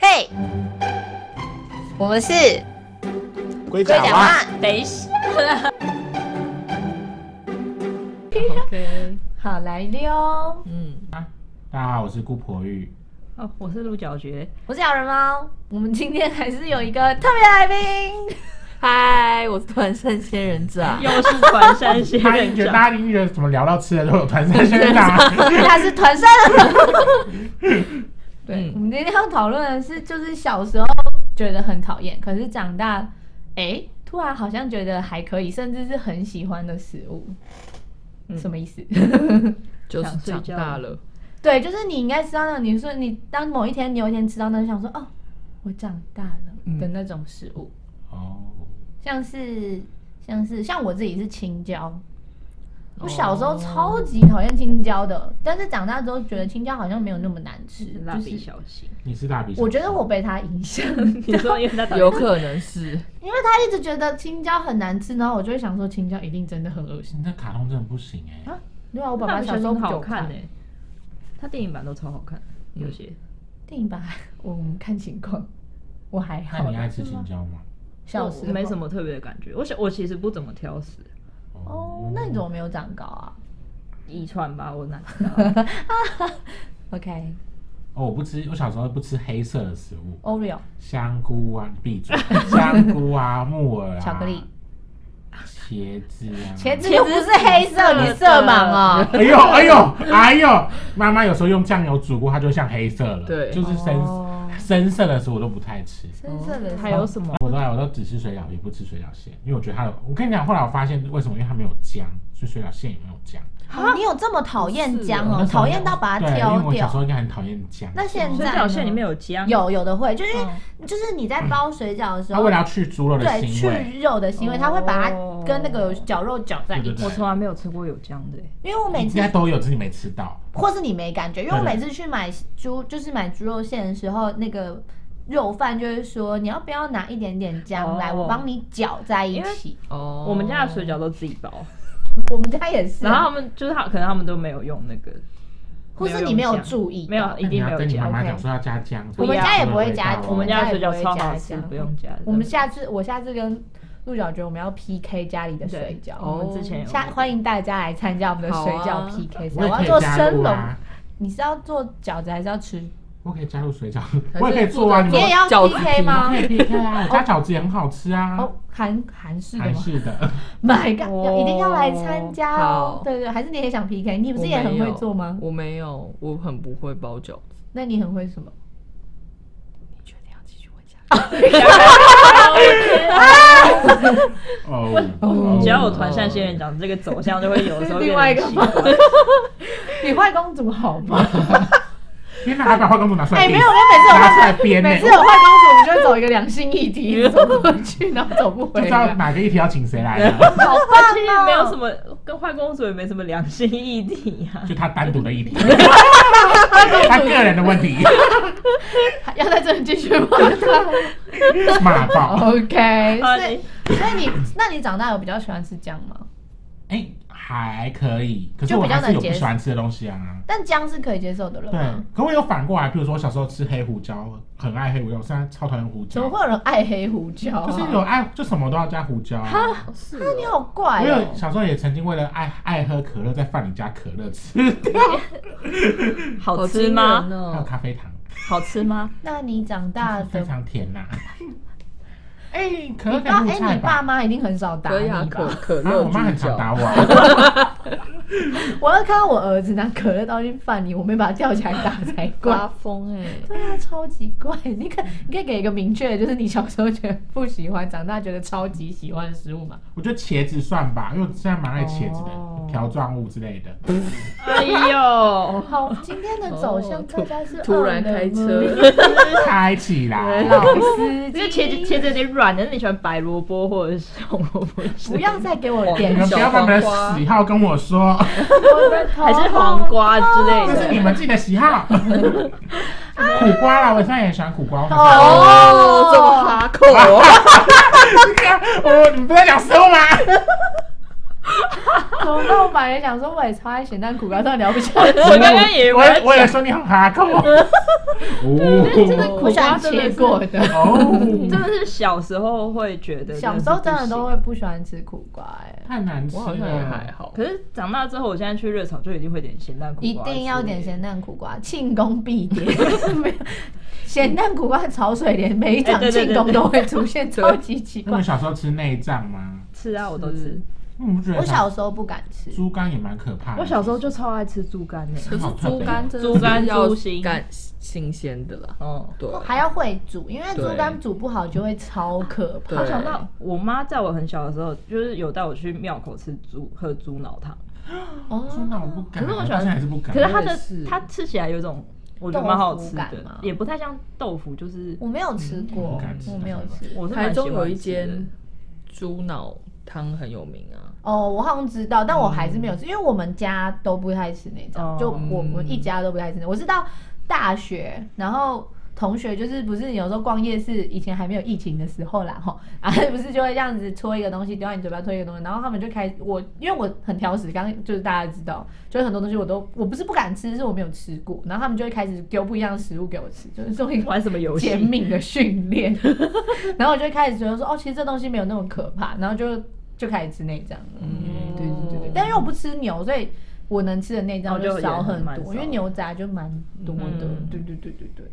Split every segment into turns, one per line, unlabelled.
对，我们是
龟
龟
甲
甲
蛙，
蛙。
等一下。
OK，
好，来溜。
嗯，
大家好，我是顾婆玉。
哦，我是鹿角蕨。
我是小人猫，我们今天还是有一个特别来 宾，
嗨，我
我是团山仙人掌，
又是团山仙
大家一
人
觉得
掌。
大家一觉得怎么聊到吃的都有团山仙人掌啊？
他是团山人。对，
嗯
我们今天要讨论的是，就是小时候觉得很讨厌，可是长大，哎、突然好像觉得还可以，甚至是很喜欢的食物。什么意思？
就是长大了，
对，就是你应该知道那种，你说你当某一天你有一天吃到那，想说哦，我长大了
嗯
的那种食物，
哦，
像是像是像我自己是青椒，我小时候
哦
超级讨厌青椒的，但是长大之后觉得青椒好像没有那么难吃，
哦蜡笔
就是
小新，
你是大鼻小
我觉得我被他影 响，
你说因为他
有可能是
因为他一直觉得青椒很难吃，然后我就会想说青椒一定真的很恶心。
你那卡通真的不行哎、
对啊，我
我
爸
爸
爸
爸
小
小
时
时
候
候
不
好
久
看欸
看
呢、他电影版都超好看，有些
电影版，我们看情况，我还好。
那你爱吃青椒吗？
小时候
没什么特别的感觉。我小我其实不怎么挑食，
哦，那你怎么没有长高啊
遗传吧，我哪知道？
？OK。
哦，我不吃，我小时候不吃黑色的食物，
Oreo
香菇啊，你闭嘴， 香菇啊，木耳啊，
巧克力，
茄子啊，
茄子又不是黑色，你色盲哦。
哎呦哎呦哎呦！妈妈有时候用酱油煮过，它就像黑色了，
对
就是深、
哦
深色的时候我都不太吃。
深色的
还有什么？
我都我都只吃水饺，也不吃水饺馅，因为我觉得它有。我跟你讲，后来我发现为什么，因为它没有姜，所以水饺馅也没有姜。
哦你有这么讨厌姜
我
哦
那？时候
讨厌到把它
对啊因
挑
为我小时
掉。
候应该很讨厌姜。
那现
水
在
饺
呢
馅里面有姜，
有哦有的会，就是就是你在包水饺的时
它
候
啊为，了要去猪肉的
对
腥味，
去肉的腥味，它会把它
哦
跟那个绞肉搅在一
对对
起。
对
我从来没有吃过有姜的、欸
因为我每
应
次
该都有，只是你没吃到。
或是你没感觉，因为我
对对
每次去买猪，就是买猪肉馅的时候，那个肉贩就会说你要不要拿一点点姜来，
哦
我帮你搅在一
因为
起。
哦。
我们家的水饺都自己包，
我们家也是，啊
然后他们就是他，可能他们都没有用那个，
或是你没有注意到，
没有一
那你
定没
要
有
哎跟你妈
加。
妈
OK
讲说要加姜，
我们家也不会加
不
我们
会加姜
家的水饺超好
我
吃
们家也不会加，
不用加的。
我们下次，我下次跟鹿角蕨，我们要 PK 家里的水饺。
我们之前有
下欢迎大家来参加我们的水
啊
饺 PK 赛、
我也
我要
可以
做
加入
生龙，
啊，
你是要做饺子还是要吃？
我可以加入水饺，
还是
我也可以做啊。你
你
们
也要
饺子
PK 吗？
对啊，我家饺子也很好吃啊，
哦，韩韩式的
韩
吗
式的。
Oh ？My God，、
哦
一定要来参加哦！
好
对对，还是你也想 PK？你
你
不是也很会做吗？
我没有，我很不会包饺子。
那你很会什么？
你确定要继续问下
哦
只要有团扇仙人掌这个走向，就会有 时候
另外一个
变得很奇怪
比坏公主好吗？
天哪，还把花公主拿出来
哎、
编，
没有，因为每次我
拿
们
出来编呢
每次有坏公主，我们就会走一个良心议题，走过去，然后走不
不
回
知道
来。
哪个议题要请谁来啊，
好
而
棒
且
哦！
也没有什么跟坏公主也没什么良心啊异地呀
就。他单独 的议题，他个人的问题，
要在这里继续吗
骂爆。
？OK，
好
所以所以你，那你长大有比较喜欢吃姜吗？
哎，还可以，可是
就
我
比较
还是有
能接
不
受嗯
喜欢吃的东西啊。
但姜是可以接受的了
对
吗？，
可我有反过来，比如说我小时候吃黑胡椒，很爱黑胡椒，我现在超讨厌胡
怎么
椒。
会有人爱黑胡椒、啊？
可是有爱，就什么都要加胡椒啊。
哦是
啊，你好怪
我
哦
有、小时候也曾经为了爱爱喝可乐，在饭里加可乐吃，
嗯
好吃吗？
还有
哦
呢？
咖啡糖，
好 吃吗？
那你长 大
非
的，
常甜呐。哎，可
你
乐
爸
可以
哎、
入菜
你爸
吧？
妈一定很少打
可
你
以啊，可
吧？
可
然后
乐
我妈很
猪
常
脚，
打我啊，
我要看到我儿子拿可乐倒进饭里，我没把他吊起来打才怪
刮。风哎，
对啊，超级怪！你可你可以给一个明确的，就是你小时候觉得不喜欢，长大觉得超级喜欢的食物嘛？
我觉得茄子算吧，因为我现在蛮爱茄子
哦
的，条状物之类的。
哎呦，
好，今天的走向大家是
突然开车，
开起来，
老 司
这
机，
茄子茄子有点软，但是你喜欢白萝卜或者是红萝卜之
不
类的，
要再给我
你
点
们不要把你们的喜好跟我说，
还是黄瓜之类
这是你
的。
们自己的喜 好。苦瓜啦，我现在也喜欢苦瓜。我想说
哦
哦，这么哈扣哦，
我你不在讲生物吗？
怎么办？我本来想说我也超爱咸蛋苦瓜，但聊不 下 去。
我刚刚也以
我
为
也我也说你很哈 扣。
这个
哦
苦瓜真的过的。
真
哦，
的是小时候会觉得，
小时候真的
啊
都会。不喜欢吃苦瓜、哎，
太难吃
我
了，
好像也还好。
可是长大之后，我现在去热炒就一定会点咸蛋苦瓜，
一定要点咸。蛋苦瓜，庆功必 点。没有咸蛋苦瓜炒水莲，每一
哎
场
对对
庆
对
功
对
都会出现，超级奇
那
怪
你。小时候吃内脏吗？
吃啊，我都吃。
你不觉得
我小时候不敢吃，
猪肝也蛮可怕的？
我小时候就超爱吃猪肝的。
可是猪肝真的
猪肝
是要
猪心
干新鲜的啦，
哦，
对，
还要会煮，因为猪
对
肝煮不好就会超可怕。
对
我想到我妈在我很小的时候，就是有带我去庙口吃猪喝猪脑汤，
哦
真的我不敢，
可是我喜
到
欢
现在还是不敢。
可是它
我
的
也是
它吃起来有一种我觉得蛮好吃
豆腐感吗
的，也不太像豆腐，就是
我没有吃
嗯
过
不敢，吃
我没有吃。
我是蛮
台中
喜欢
有一
吃的
间猪脑汤很有名啊，
哦，我好像知道，但我还是没有吃，因为我们家都不太吃那种，
哦
就我们一家都不太吃那种。我是到大学，然后同学就是不是有时候逛夜市，以前还没有疫情的时候啦，吼， 啊，不是就会这样子戳一个东西丢在你嘴巴，戳一个东西，然后他们就开我，因为我很挑食，刚刚就是大家知道，就是很多东西我都我不是不敢吃，是我没有吃过，然后他们就会开始丢不一样的食物给我吃，就是终于
玩什么游戏
减？敏的训 练，然后我就开始觉得说，哦，其实这东西没有那么可怕，然后就就开始吃内脏了。嗯，对对对对，但因为我不吃牛，所以我能吃的内脏
哦就
就少很
也蛮
多，
少
因为牛杂就蛮多的。
嗯
对对对对对。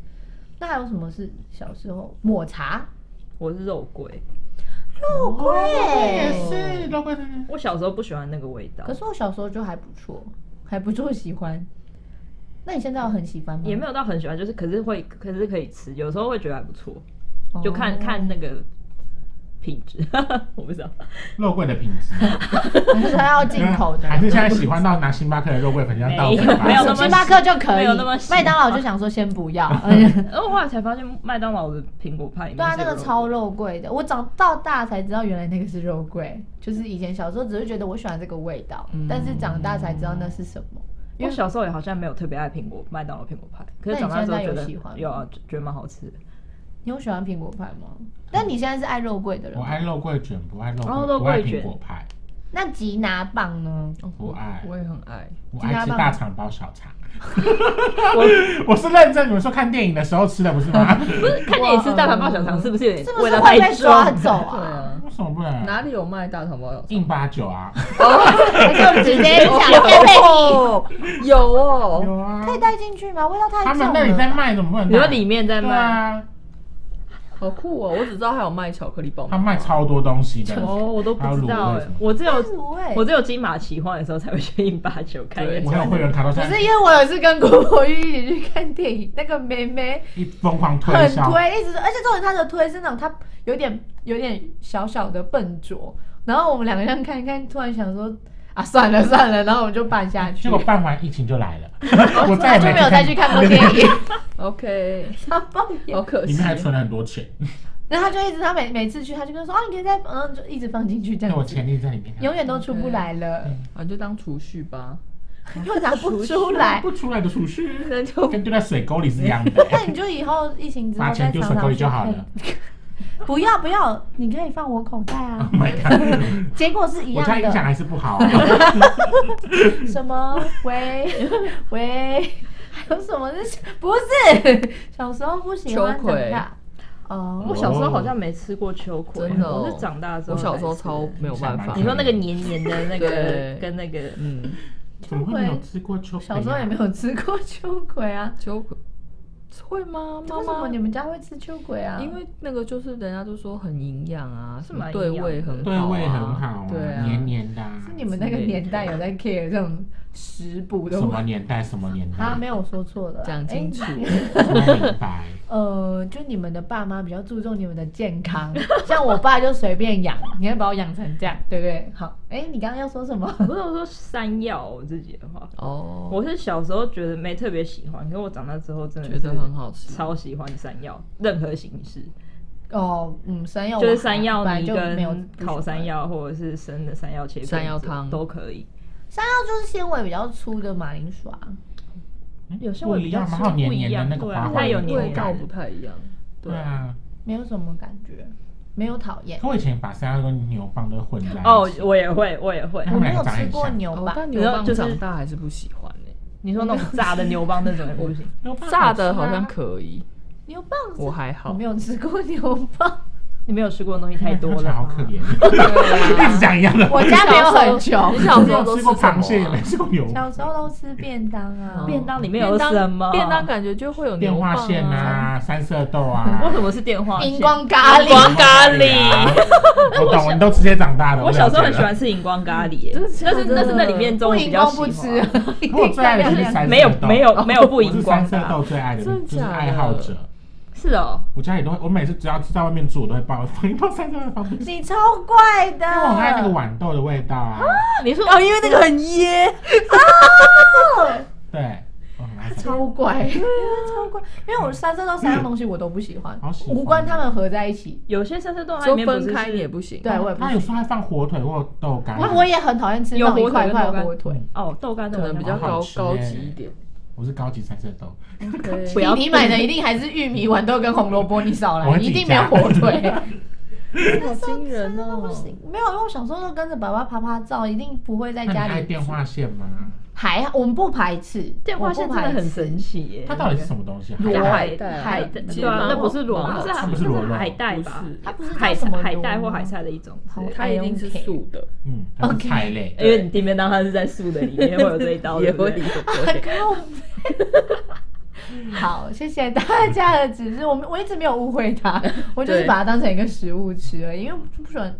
那还有什么是小时候抹茶？
我是肉桂，
肉桂
也是肉桂真的
我小时候不喜欢那个味道
可，是我小时候就还不错，还不错喜欢。那你现在有很喜欢吗？
也没有到很喜欢，就是可是会可是可以吃，有时候会觉得还不错，
哦
就看看那个品质， 我 不知道。
肉桂的品质， 啊
我们说要进口的，
还是现在喜欢到拿星巴克的肉桂粉这样倒
没有没有那么
星巴克就可以
没有那么，喜欢
麦当劳就想说先不 要。
然后后来才发现麦当劳的苹果派里面
对啊，
是
那
有
个
肉
超
桂
肉桂的，我长到大才知道原来那个是肉桂，就是以前小时候只是觉得我喜欢这个味道，但是长大才知道那是什么。
因为小时候也好像没有特别爱苹果麦当劳苹果派，可
那你
是长大之
现
后
在
觉
有
得
喜欢吗
有啊，觉得蛮好吃的。
你有喜欢苹果派吗？但你现在是爱肉桂的人
我
吗，
爱肉桂卷，不爱肉
哦
桂，
肉
不爱
桂
苹
卷
果派，
那吉拿棒呢？
不爱。
我也很爱。
我爱吃大肠包小肠。
我
我是认真，你们说看电影的时候吃的不是 吗？
看你吃大肠包
哦
小肠是不是有
是
点
不
味
是
道
会
太
被
重？
抓走
对
啊？
啊，
为什么不能？
哪里有卖大肠包小肠？
硬八九啊？
就直接抢 先被
哦， 有哦，
有啊
可，以带进去吗？味道太重
他
了吧。
们那里在卖，怎么不能带？
你说里面在
对
卖，
啊，
好酷哦！我只知道还有卖巧克力棒，
他卖超多东西的。
哦，我都不知
还有卤
道
味
哎
什么，
我只有
卤味
我只有金马奇幻的时候才会去印八九看
对
演
我
唱
还有会
会。
员卡到
可
现
是
在
因为我有次跟郭柏玉一起去看电影，那个妹妹
一疯狂推
很
销，
推，一直，而且重点他的推是那种他有点有点小小的笨拙，然后我们两个这样看一看，突然想说啊算了算了，然后我们就办下去，
结果办完疫情就来了， 我
哦
我
再也
就没有再去看过电影，
OK，
超抱歉
好可
里
惜
面。还存了很多钱，
然后他就一直他每每次去他就跟我说啊你可以再嗯就一直放进去这
因为哎我嗯
样子，
前力在里面，
永远都出不来了，
啊，就当储蓄吧。
又拿不出来。
不出来的储蓄，
那就
跟丢在水沟里是一样 的，
那你就以后疫情之后
把
再
钱丢水
常
沟
常
里
去
就好
看
了。。
不要不要，你可以放我口袋
Oh
啊，
my god，
结果是一
我
样
家影响
的。
还是不好啊。
什 么？喂喂，还有什么是？不是 小时候不喜欢
秋葵
长大哦，
我小时候好像没吃过秋葵，
真的哦
我是长大之后
我
才吃的。
小时候超没有办法。
你说那个黏黏的那
对
个跟那个
嗯，
怎么会没有吃过秋葵啊？
小时候也没有吃过秋葵啊。
秋葵会吗？ 妈
为什么
妈
你，们家会吃秋葵啊？
因为那个就是人家都说很营养啊，什么
蛮
对
营养
胃
的
很好啊
对味很好啊，
对啊，
黏黏的啊。
是你们那个年代有在 care 这种食补的
什么
问题
年代？什么年代？
啊？没有说错了啦，
讲清楚
哎。
不太明白。
呃，就你们的爸妈比较注重你们的健 康，像我爸就随便养，你看把我养成这样，对不对？好，哎，你刚刚要说什么？
如果说山药，我自己的话，
哦，
我是小时候觉得没特别喜欢，可是我长大之后真的
觉得
是
很好吃。
超喜欢山药，任何形式，
哦，嗯，山药
就是
我
山药
本来
泥
就没有
跟
不喜
烤
欢
山药，或者是生的山药切片
山药
子
汤
都可以。
山药就是纤维比较粗的马铃薯啊，
有些
不
我
一
比较
样嘛，
吃
还有
不
黏
一
黏的
样
那个
对
滑
啊
滑
它
的
有
口
黏
味道
感
不。太一样。
对啊，
没有什么感觉。没有讨厌。
可我以前把三药跟牛蒡都混在一起
哦，我也会，我也会
他。
我
们
没
两
有
个长得
吃
很
过
像
牛
哦
吧？
但牛
然后
蒡
就是
长大还是不喜欢呢、
你说那种炸的牛蒡那种，我不行。
牛蒡
炸的好
吃啊
像可以，
牛蒡是，
我还
我
好
没。有吃过牛蒡。
你没有吃过的东西太多
看起来嗯
了。
好可怜，
对
一直讲一样的。
我家没有很穷，
你小时候
我
都
吃
吃
过
什么
螃蟹，也
啊
没吃过牛。
小时候都吃便当
哦
啊。
便当里面有什么？
便当感觉就会有
电
牛
话
蒡
线
啊，
啊，三色豆 啊，
为什么是电话线
荧？光咖
哦荧光
喱，
咖喱
啊。我懂，你都直接长大的。
我小时候很喜欢
吃。
吃荧光咖喱耶，
真的假
但
的
是那是那里面中
不
我比
荧
较
光不
喜欢。
吃，一
我
定
最爱的就是
亮亮
三色豆，
没有没有没有不
我是
荧
三
光
色
的啊，
豆最爱的，
真的
就是
假的
爱好者。
是哦。
我家里都会，我每次只要在外面住， 我都会包放一包三色豆放冰箱，
你超怪的。
因为我很爱那个豌豆的味道啊。
你说
哦，因为那个很噎，
对，我很爱三色豆。
超怪，对啊，超怪。因为我三色豆三样东西我都不喜欢
好喜，欢
无关它们合在一起。
有些三色豆它里
说
面不是
分开
是
也不行。啊
对，我也不
他有
喜
时候还放火腿或豆干。啊
欢。我也很讨厌吃那
有
种一
火腿
块一
跟
块
豆干
火腿。
哦，豆干
可能比较
好
高
吃
高
欸
级一点。
我是高级三色豆，
对
不要
你你买的一定还是玉米、豌豆跟红萝卜，你少
我
来，
会
你
自
一
己
定没有
加
火腿。
好惊人
真的不
哦！
行，没有，因为我小时候都跟着爸爸拍拍照，一定不会在
那你
家
爱
里。
电话线吗？
还好我们不排斥，
电话线真的很神
奇。
奇耶。
它到底是什么东西？
像
螺
海
带啊
海带，
其实
对啊，
蛮
那不是螺
蛮
吧，
好
是海
哦吃的它不是螺肉
海带吧
不是？
它不是
海
叫什么
海
螺
带或海
吗
菜的一种之类的。
它一定是素的，
嗯，它是
OK
菜类。
因为你地面当它是在素的里面会有这一刀，
也
对不
会
对
哦
靠背 好，谢谢大家的指示。我们我一直没有误会他，我就是
对
把它当成一个食物吃而已，因为我就不喜欢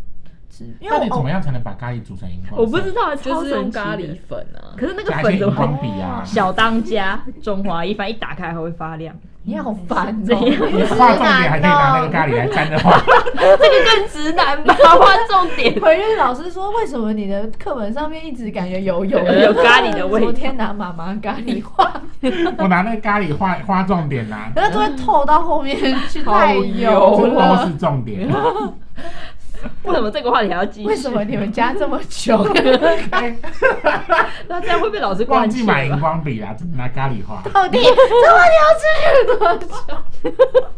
吃。因为
到底
我哦
怎么样才能把咖喱煮成荧光色？
哦我不知道，超
就是用
神奇
咖
的
喱粉啊。
可是那个
加一
粉
些
怎
荧
么会
光笔啊，
小当家中华一番一打开还会发亮？
你好烦
怎
哦，
样
你
你
直
画重点还可以拿那
男
个
哦。
咖喱来沾的话，
这个更 直男吧？划重点，
回去老师说，为什么你的课本上面一直感觉有有
有咖喱的味道
昨天拿妈妈咖喱画，
我拿那个咖喱画画重点啊啦、
然后就会透到后面去，
好
太
油
哦
油
这都
了。
是重点。
为什么这个话题还要继续？
为什么你们家这么穷？ 哦
哎
那这样会被老师
忘
关
记
起
买荧光笔啦，只拿咖喱画。
到底这么了解多久？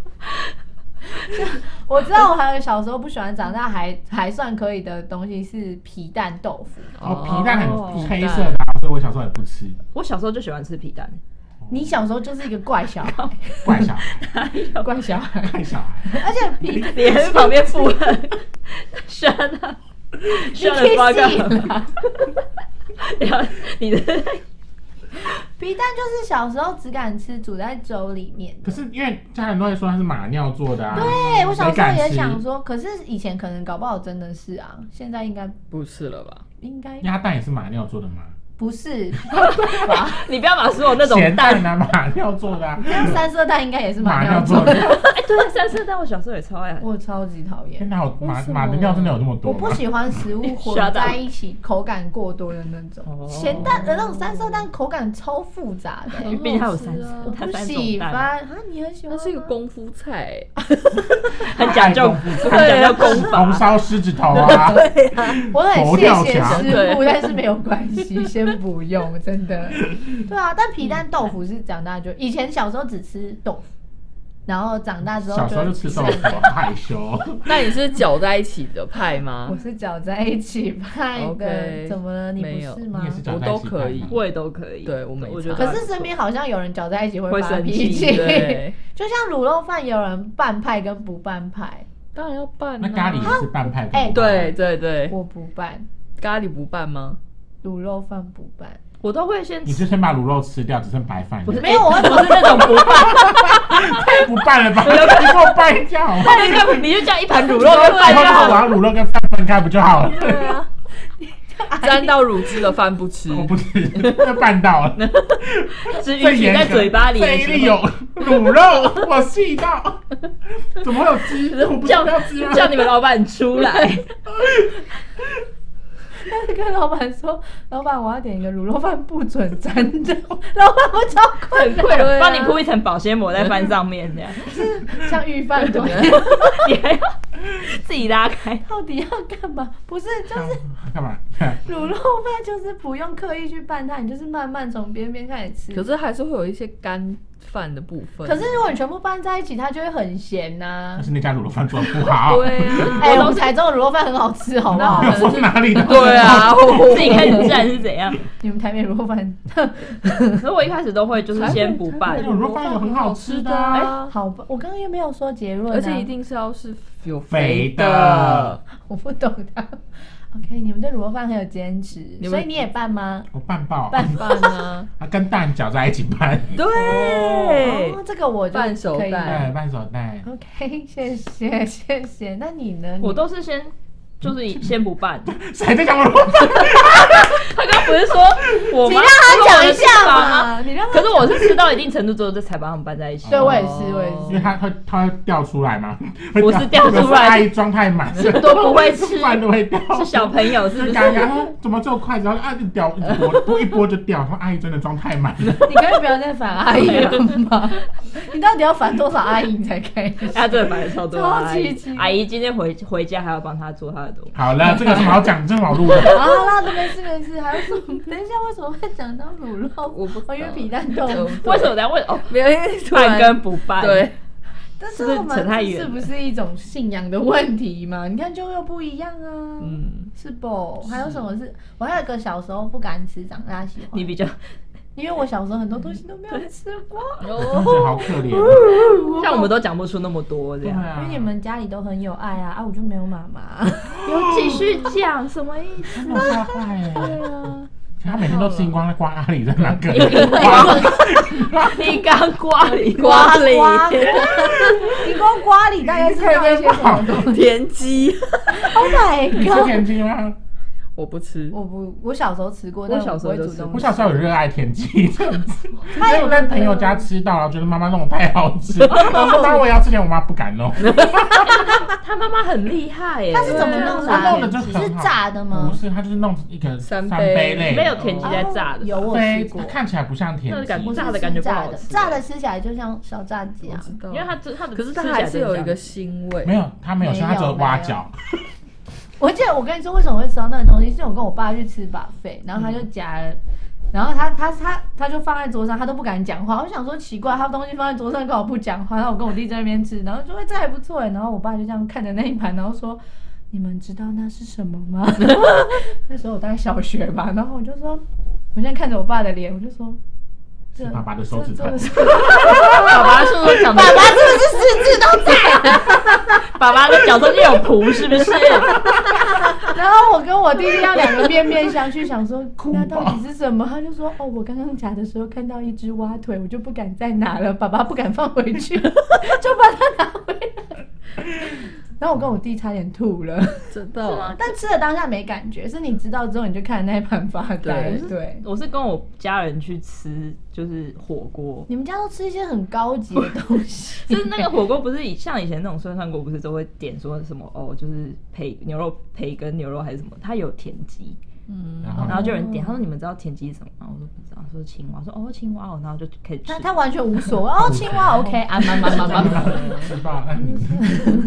我知道，我还有小时候不喜欢，长大还还算可以的东西是皮蛋豆腐。
哦，皮蛋
哦
很黑色的啊，所以我小时候也不吃。
我小时候就喜欢吃皮 蛋，
你小时候就是一个怪小孩，
怪小孩，
怪小孩，
怪小孩，
而且皮
脸旁边附和， 删了，
你
删了
可
八
以
个。
信啦
然后你的
皮蛋就是小时候只敢吃煮在粥里面。
可是因为家人都会说它是马尿做的啊。
对，我小时候也
没敢
想
吃
说，可是以前可能搞不好真的是啊，现在应该
不是了吧？
应该
鸭蛋也是马尿做的吗？
不是，
你不要把所有那种
咸
蛋
蛋，啊，马尿 做的啊，
像三色蛋应该也是
马
蛮
尿
要
做
做的。
的。
哎，对，三色蛋我小时候也超爱的。
我超级讨厌
天。哪，我马
为什么
马的尿真的有这么
我
多吗？
不喜欢食 物混在一起，口感过多的那种。
哦
咸蛋的那种三色蛋口感超复杂的、
因为毕竟它有三
好好
色
吃
我
啊，
哎它
不
三
喜
种
欢啊！
蛋，
你很喜欢吗？
它是一个功夫菜欸，
很讲究，很讲究功
红
法。
烧狮子头啊，
我很谢谢
佛
师
跳
傅，
墙
但是没有关系，先不用，真的。对啊，但皮蛋豆腐是长大就，以前小时候只吃豆腐，然后长大之后
小时候就吃豆腐，啊 害羞。
那你是搅在一起的派吗
我？是搅在一起派的
OK，
怎么了？你
没有
不是吗
你也？是
我
长在
都
一起
可
看
以
吗
我也都可以，
对我没
我觉得
差
可是身边好像有人搅在一起
会
发
生
脾气，
气
对，
就像卤肉饭有人半派跟不半派，
当然要拌啊。
那咖喱也是半派，
哎
不
对
半派，
对对，
我不拌，
咖喱不拌吗？
卤肉饭不拌，
我都会先
你就先把卤肉吃掉，只剩白饭了。
不是
没有我会
不是那种 不拌，
太不拌了吧？
有
你给我 拌一下好吗？
那个 你就叫一盘卤肉
以后
跟饭就好
我
了。
把卤肉跟饭分开不就好了？
对啊，沾到乳汁的饭不吃，
我 不吃，那拌到了。
只
最
允许
严
在
格
嘴巴里
这
的
一粒
时
有
候，
卤肉，我气到，怎么会有汁？我不是
叫
不要汁吗？
叫你们啊老板出 来。
但是 跟老板说，老板我要点一个卤肉饭，不准沾到。 老板我超困
很困
对
扰，
啊
帮你铺一层保鲜膜在饭上面， 这样
像预饭团，
你还要自己拉开。
到底要干嘛？不是，就是
干嘛？
卤肉饭就是不用刻意去拌它，你就是慢慢从边边开始吃。
可是还是会有一些干饭的部分。
可是如果你全部拌在一起，它就会很咸呐、
但是那家卤肉饭做的不好，
对 啊，
哎、我们台中的卤肉饭很好吃，好不 好？
我说哪里的？
对啊，
自己开始站是怎样？
你们台北卤肉饭，
可是我一开始都会就是先不
那
拌，
种肉饭有很好吃的啊，
哎好吧，我刚刚又没有说结论、啊，
哎而且一定是要是有
肥
的
的。
我不懂它。OK，你们对卤肉饭很有坚持，
你们
所以你也拌吗？
我拌爆，
拌
饭呢？
啊跟蛋搅在一起拌，
对
哦，这个我就
半熟
可以
蛋
对，半熟哎蛋，
OK，谢 谢谢谢。那你呢？
我都是先就是先不拌。
谁在讲我肉饭？
他刚不是说我
你
吗？
让他讲一下
吗？
嘛，你让他
可。是我是吃到一定程度之后，这才把它们拌在一起。
对，
哦
我也是，我也
因为
是。
它会它会掉出来嘛，
不是掉出来
有时候阿姨装太满，
都不会吃
饭 都会掉。
是小朋友是不？
就是 感觉他怎么做筷子，然后啊就掉一波，不一 波就掉。说阿啊姨真的装太满了，
你可以不要再烦阿姨了 吗？你到底要烦多少阿姨你才可以？
他真的反正超多的
超级
阿姨
奇，怪
阿姨今天回回家还要帮他做他的东西。
好了，这个是好讲，正好录的。
好啦，都没事没事。还有什么？等一下为什么会讲到卤肉？哦
我不知道
因为皮蛋豆腐。
为什么？等下为哦，
没有，因为突
拌
然
跟不拌。
对，
但
是
是
不是
我们
扯太
这
远
是
了
不是一种信仰的问题嘛？你看就又不一样啊，
嗯，
是不？还有什么是？我还有一个小时候不敢吃，长大喜欢。
你比较
因为我小时候很多东西都没有吃过，
哦
真的是好可怜。啊
像我们都讲不出那么多这
对
样。
啊，
因为你们家里都很有爱啊，啊，我就没有妈妈。
有继续讲什么意思？
真的吓坏了。
对啊，
他每天都星光在刮阿里在哪个？
你刚瓜里
瓜里
瓜，你光瓜里大概是放一些什么东西
田鸡
？Oh
你吃
my god！
田鸡吗？
我不吃，
我不，我小时候吃过，
我
但
小
不
时候
会
就
煮
吃
东
我
西。
小时候有热爱田鸡这样子，因
太
为我在朋友家吃到，然后觉得妈妈弄得太好吃。然后当我要之前，我妈不敢弄，
他妈妈很厉害耶，
它是怎么弄的
她
啊？
弄的就
你
很
是
好。
炸的吗
不？是，她就是弄一个
三杯
杯类的，
没有田鸡在炸的
哦有我吃
对，
过
它，看起来不像田
那个
鸡
感觉
我是
炸的
吃
感觉不
炸
好
的，
吃
炸的吃起来就像小炸鸡
我
啊
知。道，
因为它这它的
可是它
吃起来
还是
就是
有
这
一
样
个腥味，
没有，他没有吃，
没有
他只有挖角。
我记得我跟你说，为什么会吃到那个东西，是我跟我爸去吃把费，然后他就夹了，然后他他他他就放在桌上，他都不敢讲话。我想说奇怪，他东西放在桌上，干嘛不讲话？然后我跟我弟在那边吃，然后就说哎这还不错哎，然后我爸就这样看着那一盘，然后说。你们知道那是什么吗？那时候我大概小学吧，然后我就说，我现在看着我爸的脸，我就说，
是
这
爸爸的手指
这
头
真的是
爸爸是不是讲的？
爸爸是不是四肢都
爸爸的脚上就有蹼，是不是？
然后我跟我弟弟要两个面面相觑，想说那到底是什么？他就说哦，我刚刚夹的时候看到一只蛙腿，我就不敢再拿了， 爸爸不敢放回 去，就把它拿回来。然后我跟我弟差点吐了，
真的哦。
但吃了当下没感觉，是你知道之后你就看那一盘发呆。
对
对，
我是跟我家人去吃，就是火锅，
你们家都吃一些很高级的东西，
就是那个火锅不是以像以前那种酸酸锅，不是都会点说什么哦，就是培牛肉培根牛肉还是什么，它有田鸡，
嗯
然后
然
呢
后就有人点，他说你们知道田鸡是什么吗？我说不知道，他说青蛙，我说哦青蛙哦，然后就开始吃
他。他完全无所谓哦，青 蛙 OK 啊，妈妈妈妈妈。
吃饱了，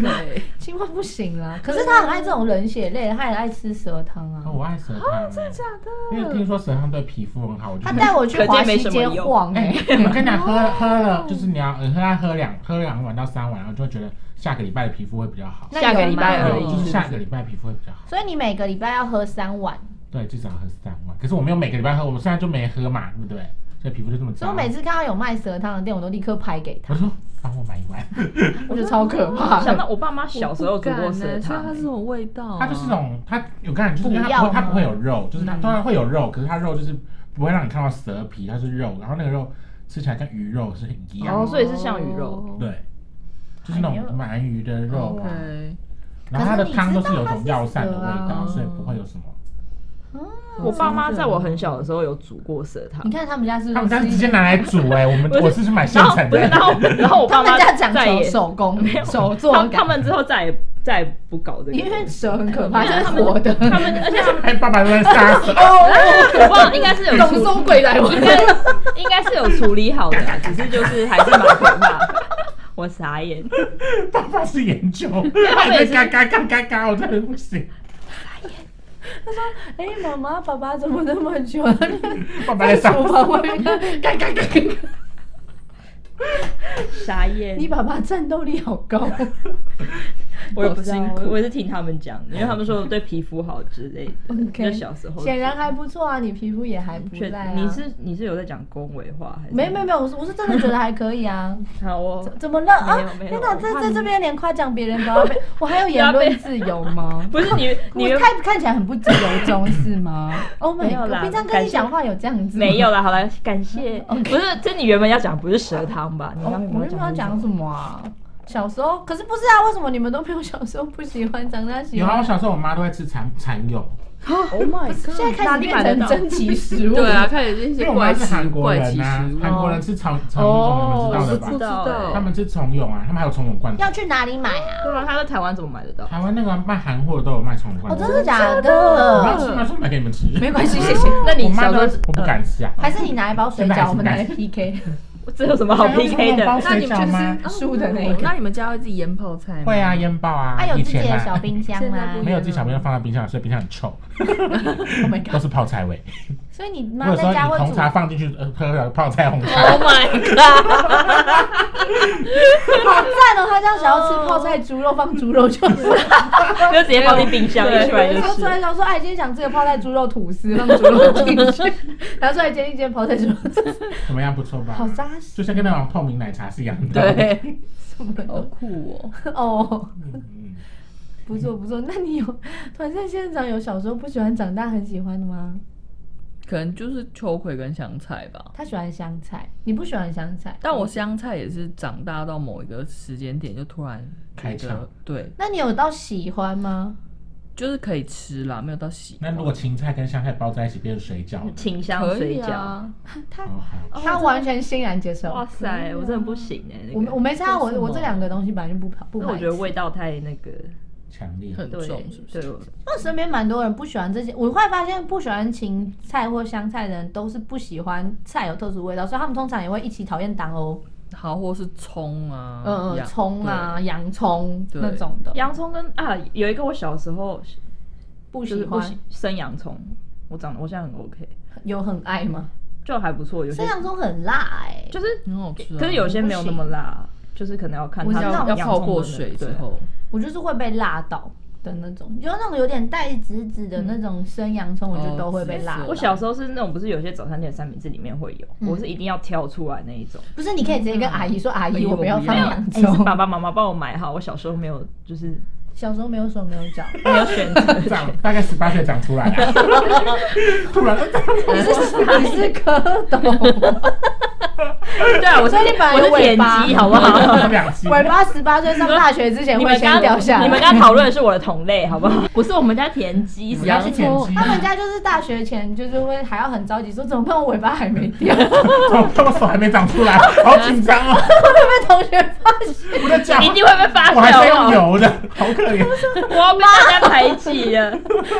对，
青蛙不行啦，可是他很爱这种冷血类的，他也爱吃蛇汤啊。
哦我爱蛇汤，真的假的？因为听说蛇汤对皮肤很好，我就
他 带我去华西街晃、
哎
哎，，
我跟你讲，喝喝了就是你要呃你喝它喝两喝两碗到三碗，然后就会觉得下个礼拜的皮肤会比较好。
那
下个礼拜哦而
对，
已
就是下个礼拜皮肤会比较好。
所以你每个礼拜要喝三碗，
对，至少喝三碗。可是我没有每个礼拜喝，我现在就没喝嘛，对不对？所以皮肤就这么
所
糟。
以我每次看到有卖蛇汤的店，我都立刻拍给他，
我说帮我买一碗，
我觉得超可怕欸
想
的。
到我爸妈小时候
我不
煮过
敢
蛇
欸所以
汤
它是，什么味道啊？
它就是那种它有感觉，就是因为
不
它
要吗
不会它不会有肉，就是它当然会有肉，可是它肉就是不会让你看到蛇皮，它是肉，然后那个肉吃起来跟鱼肉是一样
哦，
的，
所以是像鱼肉，
哦
对，就是那种鳗鱼的肉啊，
OK，
然后它的
可是你
汤都是
知道
有
它
种
是
药膳的
蛇
味
啊
道，所以不会有什么。
我爸妈在我很小的时候有煮过蛇汤
你，看他们家是
他
不
们家
是
是直接拿来煮哎，我们
不是
我是去买现
然后
成
不是，
的
然。后然 后我
他
爸妈
们家讲
再
求
也
手工
没有
手作
他
感，
他们之后再也再也不搞这个东西，
因为蛇很可怕，就是活的，
他 们而且他 们
哎，爸爸都在杀死，
啊我不知道应该是有处
龙舟鬼来玩
应。该应该是有处理好的啊，只是就是还是蛮可怕的。我傻眼，
爸爸是研究，
他们
在
也是
嘎嘎嘎嘎嘎，我真的不行。
哎，妈妈，爸爸怎么 那么久？
爸爸在杀
厨房外面，嘎嘎嘎嘎。
傻眼。
你爸爸战斗力好 高，
我也不
知道
辛苦，
我
我也是听他们讲，因为他们说对皮肤好之类的。
OK
就小时候
显然还不错啊，你皮肤也还不
确
赖、啊。
你是你是有在讲恭维话还是？
没有没有没有，我是我是真的觉得还可以啊。
好哦，
怎么了啊
没有？没
天
有
哪，
我
在
怕
在
你
这边连夸奖别人都要 被，我还有言论自由吗？
不是你你
我
原
看看起来很不自由中是 吗？哦，
没有啦
平常跟
感
你
谢
讲话有这样子吗
没有？啦，好了，感谢。不是，这你原本要讲不是蛇汤吧？你
哦
刚刚有
我
没
又
有
没有
讲
讲什么啊。小时候可是不是啊？为什么你们都没有小时候不喜欢，长大喜
有啊，我
欢？
小时候我妈都会吃蚕蚕蛹，
Oh my
现在
god！
开始变成珍奇食物，
对啊，，开始这
因为
些
我妈
怪
是
奇
韩国
怪奇
人啊
食，物，哦
韩国人吃蚕蚕
哦，
蛹，你们知道的吧
我不？知道
不知
他
道
欸。
们吃虫蛹啊，他们还有虫蛹罐头
要。去哪里买啊？
对啊，他在台湾怎么买 得到？
台湾那个卖韩货的都有卖虫蛹
哦，
罐头
真，的假
你
的？
要吃吗？说买给你们吃。
没关系，谢谢。
那
我
你
妈
小时
都
候
我不敢吃啊。
还是你拿一包水
现在还
饺，
是
我们拿来
不
PK
呃这有什么好 PK
那
的？
你们有吃吗？
吃输的那个。
那你们家会自己腌泡菜吗？
会啊，，腌爆啊。
啊，有
以
自己
前
的
啊
小冰箱
现在
吗
不？
没有自己小冰箱放在冰箱，所以冰箱很臭，
Oh my
都
god！
是泡菜味。
所以你
我
妈
有时候
在
你
家会
红
煮
茶放进去，呃，喝泡菜红茶。
Oh my god！
好赞哦！他这样想要吃泡菜猪肉，放猪肉就是。
就直接放进冰箱，
对
一出来就
然后
是
突。然想说，哎，今天想吃个泡菜猪肉吐司，放猪肉 进去，然后出来煎一煎泡菜猪肉吐司，
怎么样？不错吧？
好扎实
就像跟那种透明奶茶是一样的。
对，好
哦
酷哦！
哦，
嗯，
不错不错。那你有 团在现场有小时候不喜欢，长大很喜欢的吗？
可能就是秋葵跟香菜吧。
他喜欢香菜，你不喜欢香菜，
但我香菜也是长大到某一个时间点就突然
开
觉
窍
得，对，
那你有到喜欢吗？
就是可以吃啦，没有到喜
那如果芹菜跟香菜包在一起变成水饺呢，
清香
可
水
以
饺。
啊，
他
哦好
他完全欣然接受。
哇塞，我真的不行哎、那
我
个
我没差，我
为什么
我这两个东西本来就不排不
因为我
排
觉
斥
得。味道太那个，
强烈。
很
对
重是不
对
是？
我
那身边蛮多人不喜欢这些，我会发现不喜欢芹菜或香菜的人都是不喜欢菜有特殊味道，所以他们通常也会一起讨厌党欧，
好，或是葱啊，
嗯嗯，
洋
葱啊、洋葱
对
那种的，
洋葱跟啊有一个我小时候
不
就
喜
是不
欢
喜生洋葱，我长得我现在很 OK，
有很爱吗？
就还不错，有些
生洋葱很辣哎、
就是
对很好吃啊。
可嗯是有些没有那么辣，就是可能要看
我
它
是要要
洋
泡
葱
过
的那
水之
对
后，
我就是会被辣到的那种，有那种有点带籽籽的那种生洋葱，我就都会被辣到。
哦
我小时候是那种，不是有些早餐店的三明治里面会有，我是一定要挑出来那一种。
不是，你可以直接跟阿姨说：“阿姨，我不要放
没有
洋
哎、是
葱。
爸爸妈妈帮我买好，我小时候没有，就是
小时候没有手没有脚，
没有选择。
长大概十八岁长出来啊，突然就长出
你是你是蝌蚪，
对啊，我是
所以你本来
我
有
是
尾
田
巴
鸡，好不好？
来两期。
尾巴十八岁上大学之前
你
会
们
先
刚
掉下来。
你们刚讨论的是我的同类，好不好？ 不是我们家田鸡，
你
是
们家是田 鸡
他们家就是大学前就是会还要很着急，说怎么办，我尾巴还没 掉，会
我我手还没长出来，好紧张哦！
被同学发现。
我的脚，
一定会被发
我还在
现，
用
好不好
油的，好可怜。
我要被大家排挤了。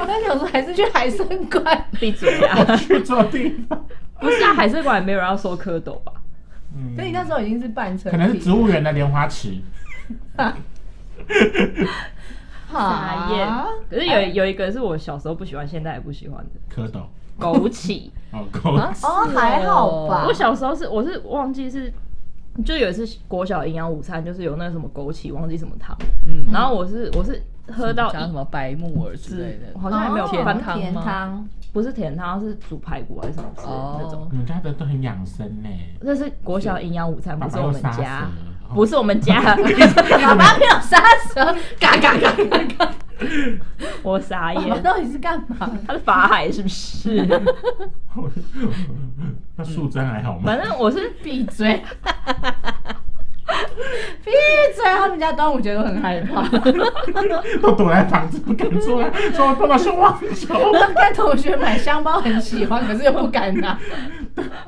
那想说还是去海参馆，
闭嘴啊！
我去做地方，
不是啊，海参馆没有人要收蝌蚪吧？
嗯
所以那时候已经是半成
可能是
品。
植物园的莲花池，
啊
傻眼。
哦
可是
哎
有有一个是我小时候不喜欢，现在也不喜欢的
蝌蚪，
枸杞。
哦，狗，
哦，还好吧。
我小时候是我是忘记是，就有一次国小营养午餐，就是有那个什么枸杞，忘记什么汤，
嗯，
然后我是我是喝到
加什
一
么白木耳之类的
我，好像也没有
甜
翻
汤
哦甜
吗
汤，
不是甜汤，是煮排骨还是什么之类的那种。
哦
你们家的都很养生呢。
那是国小营养午餐，
爸
不是
爸
我
又
们
杀蛇
家，，
哦
不是我们 家，
爸爸没有杀蛇，嘎嘎嘎嘎嘎，
我傻
爸爸
眼，
到底是干嘛？
他是法海是不是？
那素贞还好吗
反？正我是
闭 嘴！闭嘴！他们家端午节都很害怕，
都躲在房子不敢出 来，说我碰到熊汪熊。
然后看同学买香包很喜欢，可是又不敢拿。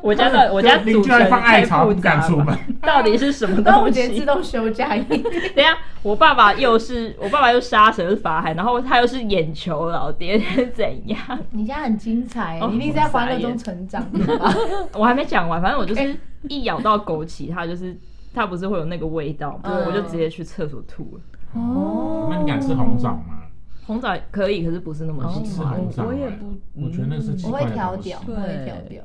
我家 的我家
邻
组
居
成
还放艾
太
草，
复
不敢
杂
出门
了，。啊 到底是什么
端午
东
节
西
自？动休假一天，
等一下，我爸爸又是我爸爸又杀蛇是法海，然后他又是眼球老爹， 是怎样？
你家很精彩，欸
哦
你一定是在欢乐中成长的吧？
我还没讲完，反正我
哎
就是一咬到枸杞，它就是它不是会有那个味道吗？
嗯
我就直接去厕所吐了。
哦
那你敢吃红枣吗？
红枣可以，可是不是那么
我
喜
是吃
欢。
红
哦
枣，
我也
哎
不
我觉得那是
嗯
奇
我
怪
会
的
调
东西啊
掉，我会调掉。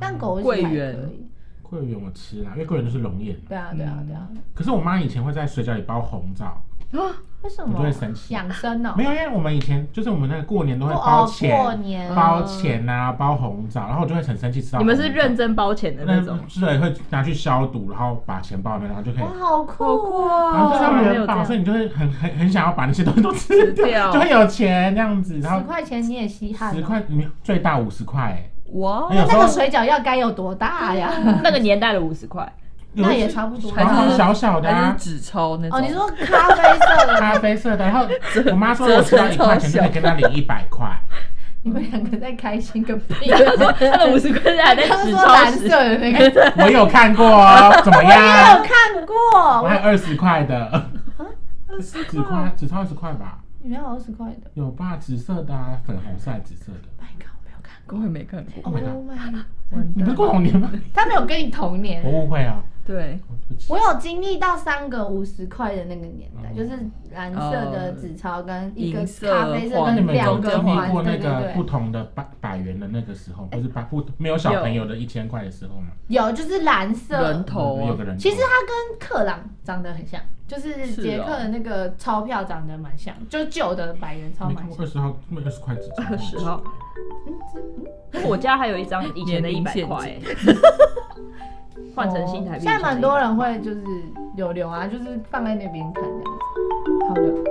但枸杞
桂
还可
圆
以，
桂圆我吃啊啦，因为桂圆就是龙眼嘛。
对啊，对啊，对啊。
可是我妈以前会在水饺里包红枣，
为什
我就
么
会生气。
养生哦？
没有，因为我们以前就是我们那个过年都会
不
包
哦，
钱，
过年
包钱啊，包红枣，然后我就会很生气吃到
你
红枣。
们是认真包钱的那种，
是的，会拿去消毒，然后把钱包里面，然后就可以
哇，。好酷
然后就
哦！
他们
没有
元
这
宝，
样
所以你就会很很 很想要把那些东西都吃
吃 掉
就会有钱这样子。然
十
后
块钱你也稀罕哦？
十块，没有最大五十块，
哇
哎，有时
那个
候
水饺要该有多大呀？
嗯
那个年代的五十块，
有
那也
一
差不多
然
还
吧。
后
是
小小的
还
啊
是，纸钞那种？
哦，你说咖啡色 的，
咖啡色的。然后我妈说，我吃到一块钱就可以跟她领一百块。
你们两个在开心个 屁！
那个五十块是还在
刚刚
纸
说
钞
蓝色，
时
的那个，
我有看过哦，怎么
我有
样？
看过，
我还
我
有二十块 的，纸块只超二十块吧？
你们有二十块的
有吧？紫色的、啊，粉红色、紫色的。
？My God，我没有看
我也没看过，
Oh my god！
过。Oh my god，
你不是共同年吗？
他没有跟你同年
我。误会啊，
对，
对不起
我有经历到三个五十块的那个年代，
Oh
就是蓝色的纸钞跟一个
银色
咖啡色
黄
那
跟
你们有
两个
经历
环，
过那
对
个
对
不
对，
同的百百元的那个时候，不是百不没有小朋友的一千块的时候吗？
有就是蓝
人
色。
头
嗯有
啊
个，人头，
其实它跟克朗长得很像，就是
是哦
捷克的那个钞票长得蛮像，就旧的百元钞
没
蛮
看过
像。
二十号，没二十块纸钞，
二十号。我家还有一张以前的一百块
年，
换成新台币。
哦现在蛮多人会就是有留啊，就是放在那边看这样子，好留。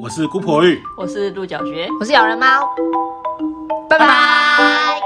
我是鹿角蕨。
我是鹿角蕨。
我是咬人猫，拜拜